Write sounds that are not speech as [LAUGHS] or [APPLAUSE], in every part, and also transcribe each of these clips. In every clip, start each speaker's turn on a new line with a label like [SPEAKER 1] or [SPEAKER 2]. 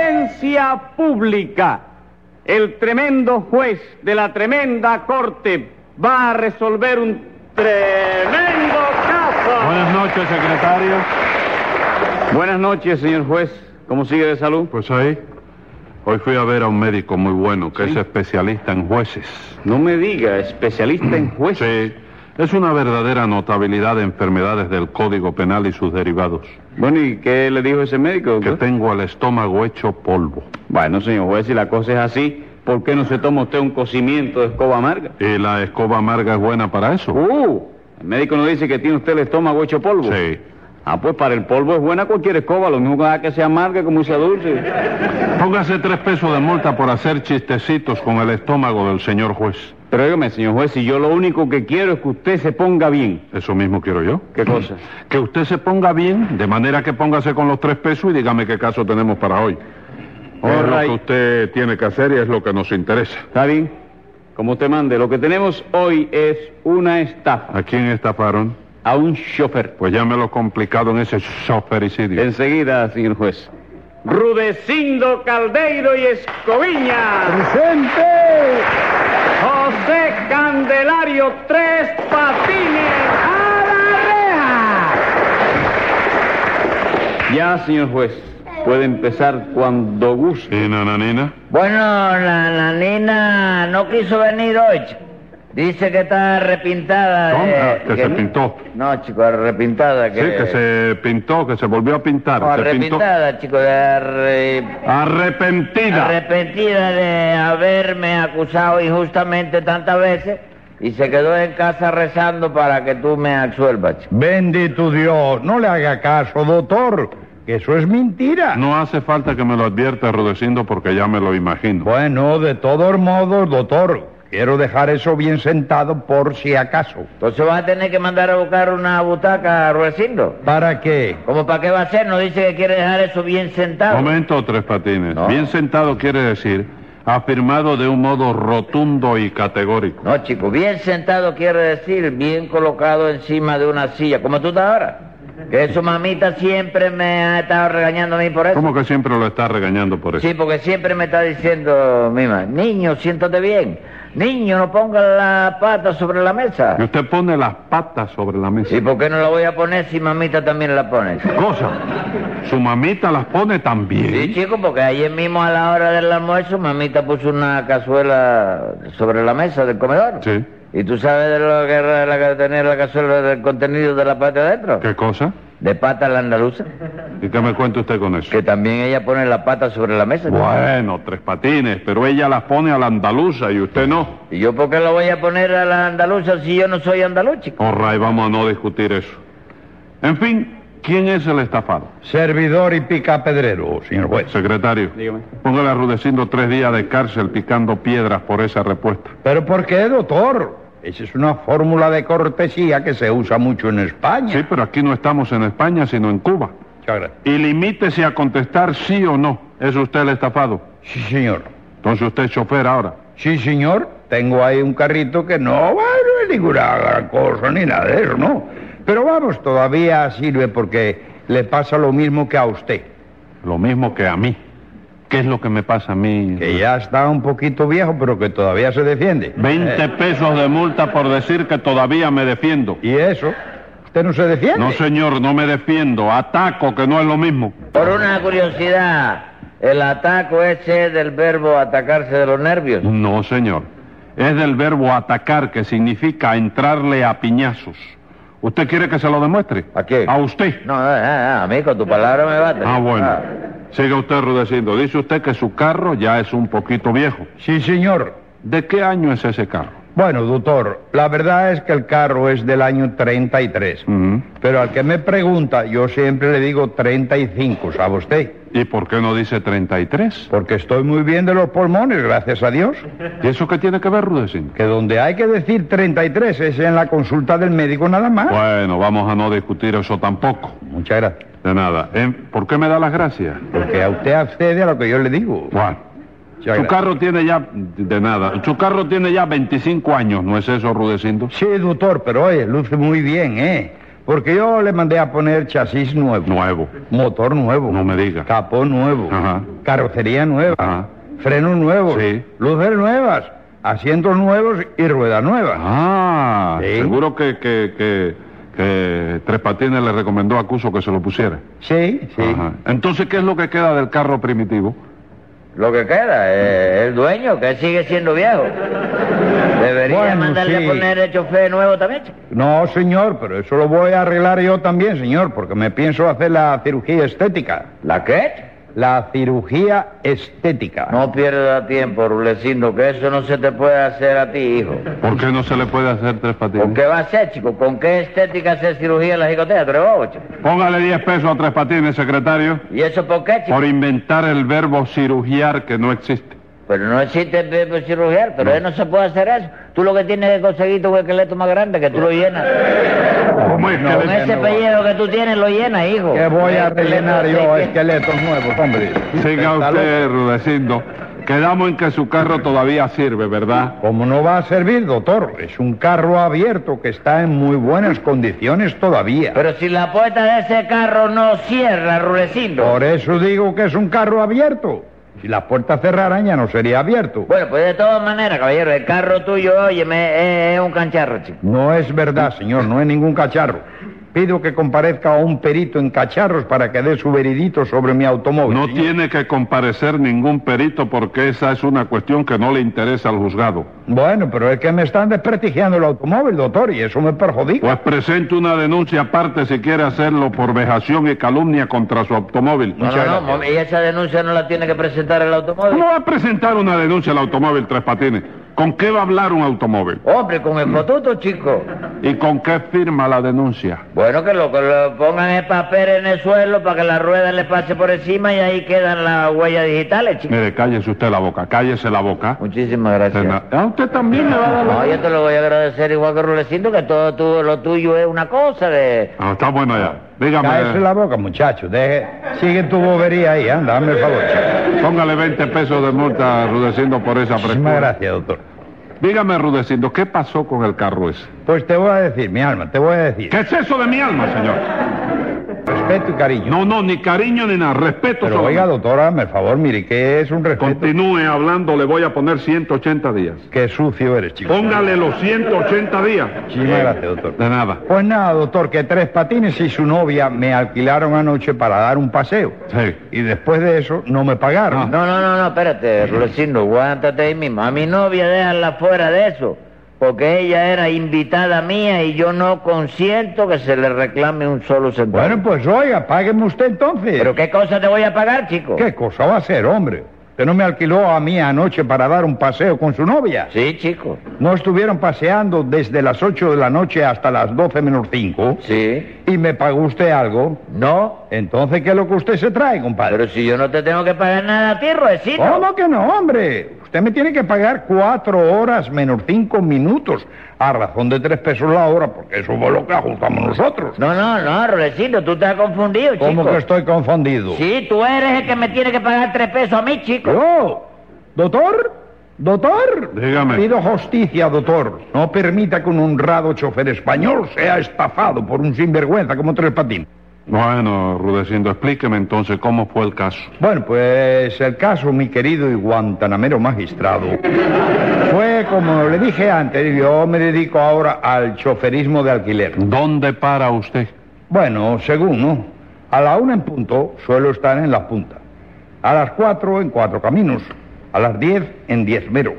[SPEAKER 1] audiencia pública. El tremendo juez de la tremenda corte va a resolver un tremendo caso.
[SPEAKER 2] Buenas noches, secretario.
[SPEAKER 1] Buenas noches, señor juez. ¿Cómo sigue de salud?
[SPEAKER 2] Pues ahí. Hoy fui a ver a un médico muy bueno que es especialista en jueces.
[SPEAKER 1] No me diga, especialista en jueces.
[SPEAKER 2] Sí, es una verdadera notabilidad de enfermedades del Código Penal y sus derivados.
[SPEAKER 1] [CLEARS THROAT] Bueno, ¿y qué le dijo ese médico?
[SPEAKER 2] Que
[SPEAKER 1] doctor?
[SPEAKER 2] tengo el estómago hecho polvo.
[SPEAKER 1] Bueno, señor juez, si la cosa es así, ¿por qué no se toma usted un cocimiento de escoba amarga?
[SPEAKER 2] ¿Y la escoba amarga es buena para eso?
[SPEAKER 1] Uh, el médico nos dice que tiene usted el estómago hecho polvo.
[SPEAKER 2] Sí.
[SPEAKER 1] Ah, pues para el polvo es buena cualquier escoba, lo mismo que haga que sea amarga como sea dulce.
[SPEAKER 2] Póngase tres pesos de multa por hacer chistecitos con el estómago del señor juez.
[SPEAKER 1] Pero dígame, señor juez, si yo lo único que quiero es que usted se ponga bien.
[SPEAKER 2] Eso mismo quiero yo.
[SPEAKER 1] ¿Qué cosa?
[SPEAKER 2] Que usted se ponga bien, de manera que póngase con los tres pesos y dígame qué caso tenemos para hoy. Es lo
[SPEAKER 1] All right.
[SPEAKER 2] que usted tiene que hacer y es lo que nos interesa.
[SPEAKER 1] Está bien. Como usted mande, lo que tenemos hoy es una estafa
[SPEAKER 2] ¿A quién estafaron?
[SPEAKER 1] a un chofer.
[SPEAKER 2] Pues ya me lo complicado en ese chofericidio.
[SPEAKER 1] Enseguida, señor juez. Rudecindo Caldeiro y Escoviña.
[SPEAKER 3] ¡Presente!
[SPEAKER 1] José Candelario Tres Patines.
[SPEAKER 3] ¡A la reja!
[SPEAKER 1] Ya, señor juez, puede empezar cuando guste.
[SPEAKER 2] ¿Y Nananina?
[SPEAKER 3] Bueno, la nanina no quiso venir hoy. chico. Dice que está arrepintada.
[SPEAKER 2] ¿Cómo?
[SPEAKER 3] de-
[SPEAKER 2] Ah, que se pintó.
[SPEAKER 3] No, chico, arrepintada. Que...
[SPEAKER 2] Sí, que se pintó, que se volvió a pintar.
[SPEAKER 3] No,
[SPEAKER 2] se pintó.
[SPEAKER 3] arrepintada, chico, de arre-
[SPEAKER 2] Arrepentida.
[SPEAKER 3] arrepentida de haberme acusado injustamente tantas veces y se quedó en casa rezando para que tú me absuelvas, chico.
[SPEAKER 4] Bendito Dios, no le haga caso, doctor, que eso es mentira.
[SPEAKER 2] No hace falta que me lo advierta Rudecindo porque ya me lo imagino.
[SPEAKER 4] Bueno, de todos modos, doctor, quiero dejar eso bien sentado por si acaso.
[SPEAKER 3] Entonces vas a tener que mandar a buscar una butaca, Ruecindo.
[SPEAKER 4] ¿Para qué?
[SPEAKER 3] ¿Cómo para qué va a ser? Nos dice que quiere dejar eso bien sentado.
[SPEAKER 2] Momento, Tres Patines.
[SPEAKER 3] No.
[SPEAKER 2] Bien sentado quiere decir afirmado de un modo rotundo y categórico.
[SPEAKER 3] No, chico, bien sentado quiere decir bien colocado encima de una silla, como tú estás ahora. Que su mamita siempre me ha estado regañando a mí por eso.
[SPEAKER 2] ¿Cómo que siempre lo está regañando por eso?
[SPEAKER 3] Sí, porque siempre me está diciendo, mima, niño, siéntate bien. Niño, no pongas la pata sobre la mesa.
[SPEAKER 2] Y usted pone las patas sobre la mesa.
[SPEAKER 3] ¿Y por qué no la voy a poner si mamita también la pone?
[SPEAKER 2] Cosa. Su mamita las pone también.
[SPEAKER 3] Sí, chico, porque ayer mismo a la hora del almuerzo, mamita puso una cazuela sobre la mesa del comedor.
[SPEAKER 2] Sí.
[SPEAKER 3] ¿Y tú sabes de lo que era la que tenía la cazuela del contenido de la pata adentro?
[SPEAKER 2] ¿Qué cosa?
[SPEAKER 3] De pata a la andaluza.
[SPEAKER 2] ¿Y qué me cuenta usted con eso?
[SPEAKER 3] Que también ella pone la pata sobre la mesa.
[SPEAKER 2] Bueno, tres patines, pero ella las pone a la andaluza y usted no.
[SPEAKER 3] ¿Y yo por qué la voy a poner a la andaluza si yo no soy andaluz, chico?
[SPEAKER 2] Orray, Oh, vamos a no discutir eso. En fin, ¿quién es el estafado?
[SPEAKER 4] Servidor y picapedrero, señor
[SPEAKER 3] Pues.
[SPEAKER 4] juez.
[SPEAKER 2] Secretario,
[SPEAKER 1] Dígame.
[SPEAKER 2] póngale a Rudecindo tres días de cárcel picando piedras por esa respuesta.
[SPEAKER 4] ¿Pero por qué, doctor? Esa es una fórmula de cortesía que se usa mucho en España.
[SPEAKER 2] Sí, pero aquí no estamos en España, sino en Cuba.
[SPEAKER 4] Muchas gracias.
[SPEAKER 2] Y limítese a contestar sí o no. ¿Es usted el estafado?
[SPEAKER 4] Sí, señor.
[SPEAKER 2] Entonces usted es chofer ahora.
[SPEAKER 4] Sí, señor. Tengo ahí un carrito que no vale ninguna gran cosa ni nada de eso, ¿no? Pero vamos, todavía sirve porque le pasa lo mismo que a usted.
[SPEAKER 2] Lo mismo que a mí. ¿Qué es lo que me pasa a mí?
[SPEAKER 4] Que ya está un poquito viejo, pero que todavía se defiende. Eh,
[SPEAKER 2] 20 pesos de multa por decir que todavía me defiendo.
[SPEAKER 4] ¿Y eso? ¿Usted no se defiende?
[SPEAKER 2] No, señor, no me defiendo. Ataco, que no es lo mismo.
[SPEAKER 3] Por una curiosidad, el ataco ese es del verbo atacarse de los nervios.
[SPEAKER 2] No, señor. Es del verbo atacar, que significa entrarle a piñazos. ¿Usted quiere que se lo demuestre?
[SPEAKER 3] ¿A quién?
[SPEAKER 2] A usted.
[SPEAKER 3] No, eh, no, no, no, con tu palabra me bate.
[SPEAKER 2] Ah, bueno. Sigue usted rudeciendo. Dice usted que su carro ya es un poquito viejo.
[SPEAKER 4] Sí, señor.
[SPEAKER 2] ¿De qué año es ese carro?
[SPEAKER 4] Bueno, doctor, la verdad es que el carro es del año 33.
[SPEAKER 2] Ujú.
[SPEAKER 4] Pero al que me pregunta, yo siempre le digo 35, ¿sabe usted?
[SPEAKER 2] ¿Y por qué no dice 33?
[SPEAKER 4] Porque estoy muy bien de los pulmones, gracias a Dios.
[SPEAKER 2] ¿Y eso qué tiene que ver, Rudecindo?
[SPEAKER 4] Que donde hay que decir 33 es en la consulta del médico nada más.
[SPEAKER 2] Bueno, vamos a no discutir eso tampoco.
[SPEAKER 4] Muchas gracias.
[SPEAKER 2] De nada. Em, ¿Por qué me da las gracias?
[SPEAKER 4] Porque a usted accede a lo que yo le digo.
[SPEAKER 2] Bueno.
[SPEAKER 4] Muchas
[SPEAKER 2] Su
[SPEAKER 4] gracias.
[SPEAKER 2] carro tiene ya, de nada, su carro tiene ya 25 años, ¿no es eso, Rudecindo?
[SPEAKER 4] Sí, doctor, pero oye, luce muy bien, ¿eh? Porque yo le mandé a poner chasis nuevo.
[SPEAKER 2] Nuevo.
[SPEAKER 4] Motor nuevo.
[SPEAKER 2] No me diga.
[SPEAKER 4] Capó nuevo.
[SPEAKER 2] Ajá.
[SPEAKER 4] Carrocería nueva.
[SPEAKER 2] Ajá.
[SPEAKER 4] Frenos nuevos.
[SPEAKER 2] Sí.
[SPEAKER 4] Luces nuevas. Asientos nuevos y ruedas nuevas.
[SPEAKER 2] Ah,
[SPEAKER 4] Sí.
[SPEAKER 2] seguro que, que, que, que Tres Patines le recomendó a Cuso que se lo pusiera.
[SPEAKER 4] Sí, sí.
[SPEAKER 2] Ajá. Entonces, ¿qué es lo que queda del carro primitivo?
[SPEAKER 3] Lo que queda, eh, el dueño, que sigue siendo viejo. Debería
[SPEAKER 4] Bueno,
[SPEAKER 3] mandarle
[SPEAKER 4] sí.
[SPEAKER 3] a poner el chofer nuevo también. chico.
[SPEAKER 4] No, señor, pero eso lo voy a arreglar yo también, señor, porque me pienso hacer la cirugía estética.
[SPEAKER 3] ¿La qué? chico?
[SPEAKER 4] La cirugía estética.
[SPEAKER 3] No pierdas tiempo, Rulecindo, que eso no se te puede hacer a ti, hijo.
[SPEAKER 2] ¿Por qué no se le puede hacer Tres Patines?
[SPEAKER 3] ¿Con qué va a ser, chico? ¿Con qué estética hacer cirugía en la jicotea? ¿Tres chico?
[SPEAKER 2] Póngale 10 pesos a Tres Patines, secretario,
[SPEAKER 3] ¿Y eso por qué, chico?
[SPEAKER 2] por inventar el verbo cirugiar que no existe.
[SPEAKER 3] Pero no existe el bebé cirugial, pero él no se puede hacer eso. Tú lo que tienes que conseguir tu esqueleto más grande, que tú lo llenas.
[SPEAKER 2] ¿Cómo es que
[SPEAKER 3] Con
[SPEAKER 2] le-
[SPEAKER 3] ese
[SPEAKER 4] no,
[SPEAKER 3] pellejo que tú tienes, lo llenas, hijo.
[SPEAKER 4] Que voy a rellenar yo este
[SPEAKER 3] Sí, que-
[SPEAKER 4] esqueletos nuevos, hombre.
[SPEAKER 2] Siga
[SPEAKER 4] Está
[SPEAKER 2] usted, Rudecindo. Quedamos en que su carro todavía sirve, ¿verdad?
[SPEAKER 4] Como no va a servir, doctor, es un carro abierto que está en muy buenas condiciones todavía.
[SPEAKER 3] Pero si la puerta de ese carro no cierra, Rulecindo.
[SPEAKER 4] Por eso digo que es un carro abierto. Si las puertas cerraran ya no sería abierto.
[SPEAKER 3] Bueno, pues de todas maneras, caballero, el carro tuyo, óyeme, es, es un cancharro, chico.
[SPEAKER 4] No es verdad, señor, no es ningún cacharro. Pido que comparezca a un perito en cacharros para que dé su veredito sobre mi automóvil.
[SPEAKER 2] No
[SPEAKER 4] señor.
[SPEAKER 2] tiene que comparecer ningún perito porque esa es una cuestión que no le interesa al juzgado.
[SPEAKER 4] Bueno, pero es que me están desprestigiando el automóvil, doctor, y eso me perjudica.
[SPEAKER 2] Pues presente una denuncia aparte si quiere hacerlo por vejación y calumnia contra su automóvil.
[SPEAKER 3] No, no, no, mami, y esa denuncia no la tiene que presentar el automóvil.
[SPEAKER 2] ¿Cómo va a presentar una denuncia al automóvil Tres Patines? ¿Con qué va a hablar un automóvil?
[SPEAKER 3] Hombre, con el fotuto, chico.
[SPEAKER 2] ¿Y con qué firma la denuncia?
[SPEAKER 3] Bueno, que lo, que lo pongan el papel en el suelo para que la rueda le pase por encima y ahí quedan las huellas digitales, chico.
[SPEAKER 2] Mire, cállese usted la boca, cállese la boca.
[SPEAKER 3] Muchísimas gracias.
[SPEAKER 2] A usted también le va a dar
[SPEAKER 3] No,
[SPEAKER 2] la...
[SPEAKER 3] yo te lo voy a agradecer igual que Rulecindo, que todo tu- lo tuyo es una cosa de...
[SPEAKER 2] Ah, está bueno ya.
[SPEAKER 4] Cállese
[SPEAKER 2] Dígame,
[SPEAKER 4] la boca, muchacho. Deje, sigue tu bobería ahí, anda, dame el favor.
[SPEAKER 2] Ah,
[SPEAKER 4] chico.
[SPEAKER 2] póngale 20 pesos de multa a Rudecindo por esa
[SPEAKER 4] Muchísimas
[SPEAKER 2] presión.
[SPEAKER 4] gracias, doctor.
[SPEAKER 2] Dígame, Rudecindo, ¿qué pasó con el carro ese?
[SPEAKER 4] Pues te voy a decir, mi alma, te voy a decir.
[SPEAKER 2] ¿Qué es eso de mi alma, señor?
[SPEAKER 4] Respeto y cariño.
[SPEAKER 2] No, no, ni cariño ni nada, respeto
[SPEAKER 4] Pero
[SPEAKER 2] solamente.
[SPEAKER 4] oiga, doctora, hazme el favor, mire, que es un respeto.
[SPEAKER 2] Continúe hablando, le voy a poner 180 días.
[SPEAKER 4] Qué sucio eres, chico.
[SPEAKER 2] Póngale los 180 días. Eh,
[SPEAKER 4] Muchísimas gracias, doctor.
[SPEAKER 2] De nada.
[SPEAKER 4] Pues nada, doctor, que Tres Patines y su novia me alquilaron anoche para dar un paseo.
[SPEAKER 2] Sí.
[SPEAKER 4] Y después de eso no me pagaron.
[SPEAKER 3] No, no, no, no, espérate, Rulecindo, aguántate ahí mismo. A mi novia déjala fuera de eso, porque ella era invitada mía y yo no consiento que se le reclame un solo centavo.
[SPEAKER 4] Bueno, pues oiga, págueme usted entonces.
[SPEAKER 3] ¿Pero qué cosa te voy a pagar, chico?
[SPEAKER 4] ¿Qué cosa va a ser, hombre? Usted no me alquiló a mí anoche para dar un paseo con su novia.
[SPEAKER 3] Sí, chico.
[SPEAKER 4] No estuvieron paseando desde las 8 de la noche hasta las 12 menos 5.
[SPEAKER 3] Sí.
[SPEAKER 4] ¿Y me pagó usted algo?
[SPEAKER 3] No,
[SPEAKER 4] Entonces, ¿qué es lo que usted se trae, compadre?
[SPEAKER 3] pero si yo no te tengo que pagar nada a ti, Rulecindo.
[SPEAKER 4] ¿Cómo que no, hombre? Usted me tiene que pagar cuatro horas menos cinco minutos a razón de tres pesos la hora, porque eso fue lo que ajustamos nosotros.
[SPEAKER 3] No, no, no, Rulecindo, tú te has confundido, chico.
[SPEAKER 4] ¿Cómo que estoy confundido?
[SPEAKER 3] Sí, tú eres el que me tiene que pagar tres pesos a mí, chico.
[SPEAKER 4] Yo, doctor, doctor.
[SPEAKER 2] Dígame.
[SPEAKER 4] Pido justicia, doctor. No permita que un honrado chofer español sea estafado por un sinvergüenza como Tres Patines.
[SPEAKER 2] Bueno, Rudecindo, explíqueme entonces cómo fue el caso.
[SPEAKER 4] Bueno, pues el caso, mi querido y guantanamero magistrado, fue como le dije antes, yo me dedico ahora al choferismo de alquiler.
[SPEAKER 2] ¿Dónde para usted?
[SPEAKER 4] Bueno, según, ¿no? A la una en punto suelo estar en la punta. A las cuatro en cuatro caminos. A las diez en diez mero.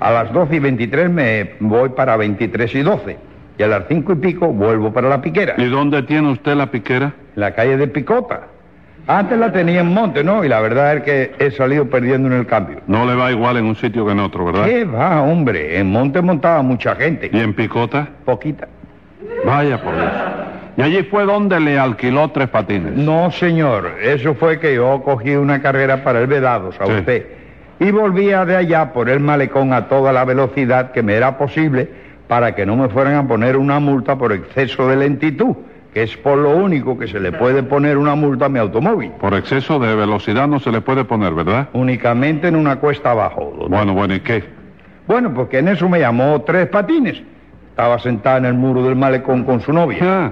[SPEAKER 4] A las doce y veintitrés me voy para veintitrés y doce. Y a las cinco y pico vuelvo para la piquera,
[SPEAKER 2] ¿Y dónde tiene usted la piquera?
[SPEAKER 4] la calle de Picota. Antes la tenía en monte, ¿no? Y la verdad es que he salido perdiendo en el cambio.
[SPEAKER 2] No le va igual en un sitio que en otro, ¿verdad?
[SPEAKER 4] ¿Qué va, hombre? En monte montaba mucha gente.
[SPEAKER 2] ¿Y en picota?
[SPEAKER 4] Poquita.
[SPEAKER 2] Vaya por Dios. Y allí fue donde le alquiló tres patines.
[SPEAKER 4] No, señor. Eso fue que yo cogí una carrera para el Vedados a
[SPEAKER 2] Sí.
[SPEAKER 4] usted. Y volvía de allá por el malecón a toda la velocidad que me era posible para que no me fueran a poner una multa por exceso de lentitud, que es por lo único que se le puede poner una multa a mi automóvil.
[SPEAKER 2] Por exceso de velocidad no se le puede poner, ¿verdad?
[SPEAKER 4] Únicamente en una cuesta abajo. doctor.
[SPEAKER 2] Bueno, bueno, ¿y qué?
[SPEAKER 4] Bueno, porque en eso me llamó Tres Patines. Estaba sentada en el muro del malecón con su novia.
[SPEAKER 2] Ah,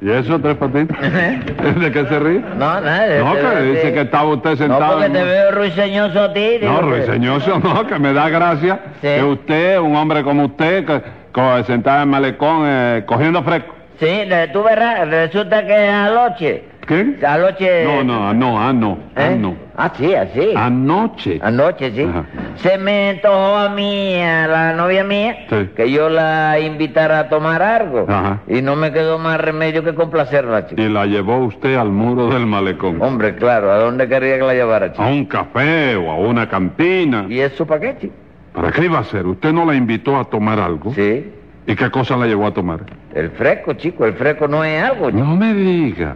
[SPEAKER 2] ¿Y eso, Tres Patines? ¿De qué se ríe?
[SPEAKER 3] No, nada.
[SPEAKER 2] No,
[SPEAKER 3] te
[SPEAKER 2] que
[SPEAKER 3] veo
[SPEAKER 2] dice
[SPEAKER 3] así.
[SPEAKER 2] que estaba usted
[SPEAKER 3] No,
[SPEAKER 2] sentado...
[SPEAKER 3] porque
[SPEAKER 2] en-
[SPEAKER 3] te veo ruiseñoso a ti. digo,
[SPEAKER 2] No,
[SPEAKER 3] pero-
[SPEAKER 2] ruiseñoso no, que me da gracia
[SPEAKER 3] Sí.
[SPEAKER 2] que usted, un hombre como usted, que, co- sentado en malecón, eh, cogiendo fresco.
[SPEAKER 3] Sí, le- tú verás, resulta que anoche,
[SPEAKER 2] ¿Qué?
[SPEAKER 3] anoche...
[SPEAKER 2] No, no, ah, no, ah, no, ah,
[SPEAKER 3] ¿eh?
[SPEAKER 2] no.
[SPEAKER 3] Ah, sí, así.
[SPEAKER 2] Anoche.
[SPEAKER 3] Anoche, sí.
[SPEAKER 2] Ajá.
[SPEAKER 3] Se me antojó a mí, a la novia mía,
[SPEAKER 2] Sí.
[SPEAKER 3] que yo la invitara a tomar algo.
[SPEAKER 2] Ajá.
[SPEAKER 3] Y no me quedó más remedio que complacerla, chico.
[SPEAKER 2] Y la llevó usted al muro del malecón.
[SPEAKER 3] Hombre, claro, ¿a dónde quería que la llevara,
[SPEAKER 2] A
[SPEAKER 3] chico?
[SPEAKER 2] un café o a una cantina.
[SPEAKER 3] ¿Y eso para qué, chico?
[SPEAKER 2] ¿Para qué iba a hacer? ¿Usted no la invitó a tomar algo?
[SPEAKER 3] Sí.
[SPEAKER 2] ¿Y qué cosa la llevó a tomar?
[SPEAKER 3] El fresco, chico, el fresco no es algo, chico.
[SPEAKER 2] No me diga.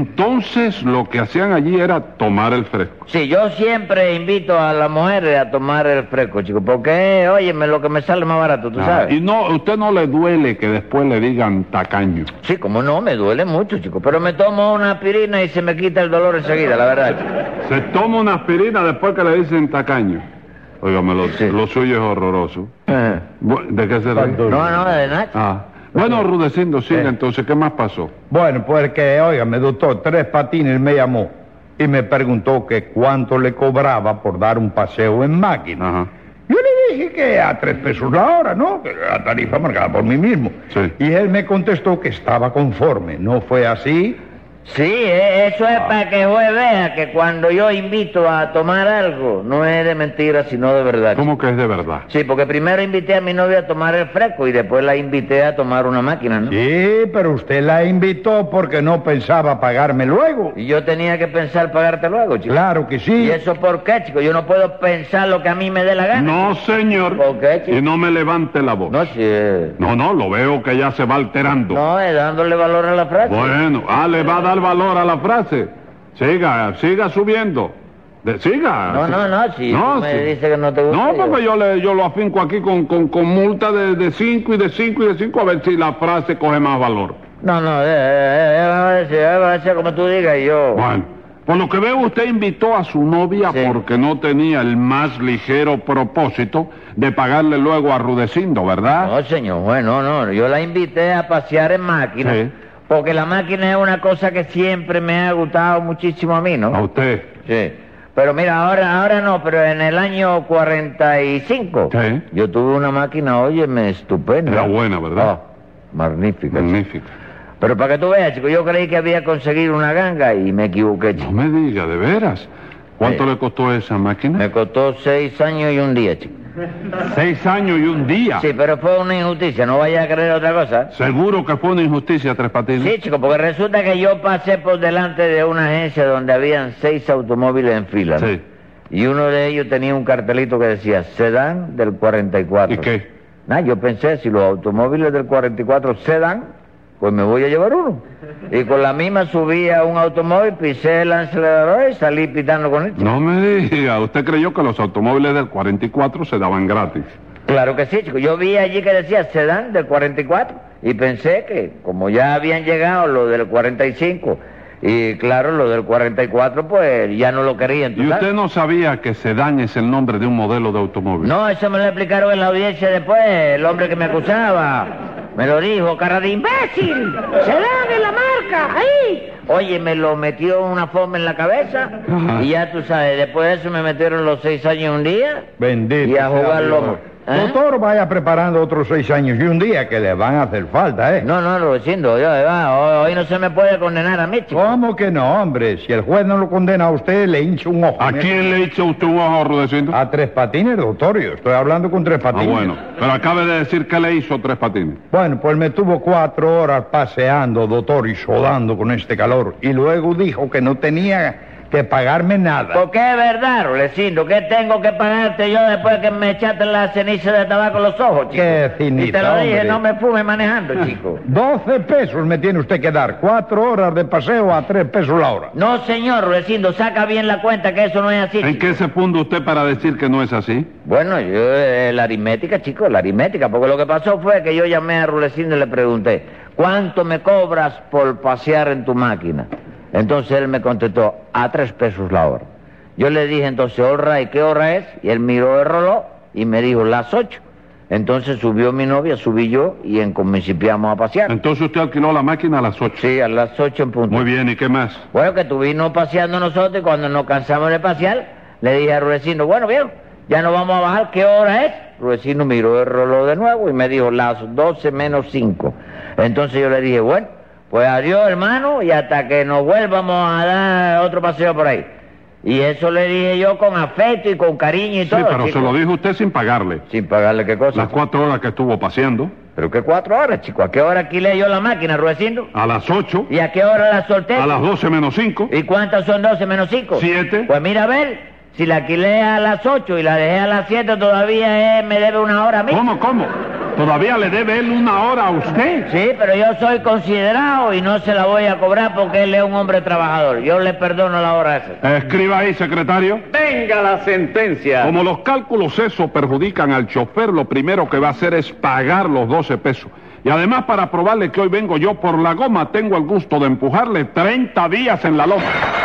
[SPEAKER 2] Entonces lo que hacían allí era tomar el fresco.
[SPEAKER 3] Sí, yo siempre invito a las mujeres a tomar el fresco, chico, porque, óyeme, lo que me sale más barato, tú
[SPEAKER 2] Ah,
[SPEAKER 3] sabes.
[SPEAKER 2] Y no, a usted no le duele que después le digan tacaño.
[SPEAKER 3] Sí, como no, me duele mucho, chico, pero me tomo una aspirina y se me quita el dolor enseguida, la verdad, chico.
[SPEAKER 2] Se toma una aspirina después que le dicen tacaño. Óigame, lo,
[SPEAKER 3] Sí.
[SPEAKER 2] lo suyo es horroroso.
[SPEAKER 3] Eh,
[SPEAKER 2] Bu- ¿De qué se ríe?
[SPEAKER 3] No, no, de nada. chico.
[SPEAKER 2] Ah. Bueno, Rudecindo, siga entonces, ¿qué más pasó?
[SPEAKER 4] Bueno, pues que, óigame, doctor, Tres Patines me llamó y me preguntó que cuánto le cobraba por dar un paseo en máquina.
[SPEAKER 2] Ajá.
[SPEAKER 4] Yo le dije que a tres pesos la hora, ¿no? Que era la tarifa marcada por mí mismo.
[SPEAKER 2] Sí.
[SPEAKER 4] Y él me contestó que estaba conforme. ¿No fue así?
[SPEAKER 3] Sí, eh, eso
[SPEAKER 2] Ah.
[SPEAKER 3] es para que juez vea que cuando yo invito a tomar algo, no es de mentira, sino de verdad. chico.
[SPEAKER 2] ¿Cómo que es de verdad?
[SPEAKER 3] Sí, porque primero invité a mi novia a tomar el fresco y después la invité a tomar una máquina, ¿no?
[SPEAKER 4] Sí, pero usted la invitó porque no pensaba pagarme luego.
[SPEAKER 3] Y yo tenía que pensar pagarte luego, chico.
[SPEAKER 4] Claro que sí.
[SPEAKER 3] ¿Y eso por qué, chico? Yo no puedo pensar lo que a mí me dé la gana.
[SPEAKER 2] No, señor.
[SPEAKER 3] ¿Por qué, chico?
[SPEAKER 2] Y no me levante la voz.
[SPEAKER 3] No, sí. eh.
[SPEAKER 2] No, no, lo veo que ya se va alterando.
[SPEAKER 3] No, es dándole valor a la frase.
[SPEAKER 2] Bueno, ah, le va a dar valor a la frase. Siga, siga subiendo. De- siga.
[SPEAKER 3] No, no, no, si tú me dices que no te gusta,
[SPEAKER 2] No,
[SPEAKER 3] yo-
[SPEAKER 2] porque yo, le, yo lo afinco aquí con, con, con multa de de cinco y de cinco y de cinco a ver si la frase coge más valor.
[SPEAKER 3] No, no, eh, eh, eh, va a decir, eh, va a decir como tú digas y yo.
[SPEAKER 2] Bueno, por lo que veo usted invitó a su novia
[SPEAKER 3] Sí.
[SPEAKER 2] porque no tenía el más ligero propósito de pagarle luego a Rudecindo, ¿verdad?
[SPEAKER 3] No, señor, bueno, no, no, yo la invité a pasear en máquina.
[SPEAKER 2] Sí.
[SPEAKER 3] Porque la máquina es una cosa que siempre me ha gustado muchísimo a mí, ¿no?
[SPEAKER 2] A usted.
[SPEAKER 3] Sí. Pero mira, ahora, ahora no, pero en el año 45
[SPEAKER 2] Sí.
[SPEAKER 3] yo tuve una máquina, óyeme, estupenda.
[SPEAKER 2] Era buena, ¿verdad?
[SPEAKER 3] Oh, magnífica. chico.
[SPEAKER 2] Magnífica.
[SPEAKER 3] Pero para que tú veas, chico, yo creí que había conseguido una ganga y me equivoqué,
[SPEAKER 2] No
[SPEAKER 3] chico.
[SPEAKER 2] me diga, de veras. ¿Cuánto
[SPEAKER 3] Sí.
[SPEAKER 2] le costó esa máquina?
[SPEAKER 3] Me costó seis años y un día, chico.
[SPEAKER 2] Seis años y un día.
[SPEAKER 3] Sí, pero fue una injusticia, no vayas a creer otra cosa.
[SPEAKER 2] Seguro que fue una injusticia, Tres Patines.
[SPEAKER 3] Sí, chico, porque resulta que yo pasé por delante de una agencia donde habían seis automóviles en fila. ¿no?
[SPEAKER 2] Sí.
[SPEAKER 3] Y uno de ellos tenía un cartelito que decía, sedán del 44.
[SPEAKER 2] ¿Y qué?
[SPEAKER 3] Nah, yo pensé, si los automóviles del 44 se dan, pues me voy a llevar uno. Y con la misma subí a un automóvil, pisé el acelerador y salí pitando con él.
[SPEAKER 2] No me diga, usted creyó que los automóviles del 44 se daban gratis.
[SPEAKER 3] Claro que sí, chico. Yo vi allí que decía sedán del 44 y pensé que como ya habían llegado los del 45 y claro, los del 44 pues ya no lo querían. ¿tú
[SPEAKER 2] ¿Y
[SPEAKER 3] sabes?
[SPEAKER 2] usted no sabía que sedán es el nombre de un modelo de automóvil?
[SPEAKER 3] No, eso me lo explicaron en la audiencia después, el hombre que me acusaba. Me lo dijo, cara de imbécil. Sedán es la marca, ahí. Oye, me lo metió una forma en la cabeza
[SPEAKER 2] Ajá.
[SPEAKER 3] y ya tú sabes, después de eso me metieron los seis años y un día.
[SPEAKER 4] Bendito.
[SPEAKER 3] Y a
[SPEAKER 4] sea
[SPEAKER 3] jugar
[SPEAKER 4] Dios.
[SPEAKER 3] lomo. ¿Eh?
[SPEAKER 4] Doctor, vaya preparando otros seis años y un día que le van a hacer falta, ¿eh?
[SPEAKER 3] No, no, lo siento, yo, va, hoy, hoy no se me puede condenar a mí, chico.
[SPEAKER 4] ¿Cómo que no, hombre? Si el juez no lo condena a usted, le hincha un ojo.
[SPEAKER 2] ¿A quién le echó usted un ojo, Rudecindo?
[SPEAKER 4] A Tres Patines, doctor. Yo estoy hablando con Tres
[SPEAKER 2] Ah,
[SPEAKER 4] Patines.
[SPEAKER 2] bueno. Pero acabe de decir que le hizo Tres Patines.
[SPEAKER 4] Bueno, pues me tuvo cuatro horas paseando, doctor, y sudando con este calor. Y luego dijo que no tenía que pagarme nada.
[SPEAKER 3] Porque es verdad, Rolecindo, que tengo que pagarte yo después que me echaste la ceniza de tabaco en los ojos, chico.
[SPEAKER 4] Qué
[SPEAKER 3] Y te
[SPEAKER 4] finita,
[SPEAKER 3] lo dije,
[SPEAKER 4] hombre.
[SPEAKER 3] no me fume
[SPEAKER 4] [LAUGHS]
[SPEAKER 3] manejando, chico.
[SPEAKER 4] Doce pesos me tiene usted que dar. Cuatro horas de paseo a tres pesos la hora.
[SPEAKER 3] No, señor Rudecindo, saca bien la cuenta que eso no es así.
[SPEAKER 2] ¿En
[SPEAKER 3] chico.
[SPEAKER 2] qué se punta usted para decir que no es así?
[SPEAKER 3] Bueno, yo, eh, la aritmética, chico, la aritmética, porque lo que pasó fue que yo llamé a Rulecindo y le pregunté, ¿cuánto me cobras por pasear en tu máquina? Entonces él me contestó, a tres pesos la hora. Yo le dije entonces, ¿hora y qué hora es? Y él miró el reloj y me dijo, las ocho. Entonces subió mi novia, subí yo y en- principiamos a pasear.
[SPEAKER 2] Entonces usted alquiló la máquina a las 8.
[SPEAKER 3] Sí, a las ocho en punto.
[SPEAKER 2] Muy bien, ¿y qué más?
[SPEAKER 3] Bueno, que estuvimos paseando nosotros y cuando nos cansamos de pasear, le dije a Rudecindo, bueno, bien, ya nos vamos a bajar, ¿qué hora es? Rudecindo miró el reloj de nuevo y me dijo, las 12 menos 5. Entonces yo le dije, bueno, pues adiós hermano y hasta que nos vuelvamos a dar otro paseo por ahí. Y eso le dije yo con afecto y con cariño y
[SPEAKER 2] Sí,
[SPEAKER 3] todo. pues.
[SPEAKER 2] pero se lo
[SPEAKER 3] chico.
[SPEAKER 2] dijo usted sin pagarle.
[SPEAKER 3] Sin pagarle qué cosa.
[SPEAKER 2] Las cuatro horas que estuvo paseando,
[SPEAKER 3] Pero qué cuatro horas, chico. ¿A qué hora alquilé yo la máquina, Rudecindo?
[SPEAKER 2] a las 8,
[SPEAKER 3] ¿Y a qué hora la solté?
[SPEAKER 2] a las 12 menos 5.
[SPEAKER 3] ¿Y cuántas son 12 menos 5?
[SPEAKER 2] Siete.
[SPEAKER 3] Pues mira, a ver, si la alquilé a las 8 y la dejé a las 7, todavía eh, me debe una hora a mí.
[SPEAKER 2] ¿Cómo, cómo? Todavía le debe él una hora a usted.
[SPEAKER 3] Sí, pero yo soy considerado y no se la voy a cobrar porque él es un hombre trabajador. Yo le perdono la hora esa.
[SPEAKER 2] Escriba ahí, secretario.
[SPEAKER 1] Venga la sentencia.
[SPEAKER 2] Como los cálculos esos perjudican al chofer, lo primero que va a hacer es pagar los 12 pesos. Y además, para probarle que hoy vengo yo por la goma, tengo el gusto de empujarle 30 días en la loma.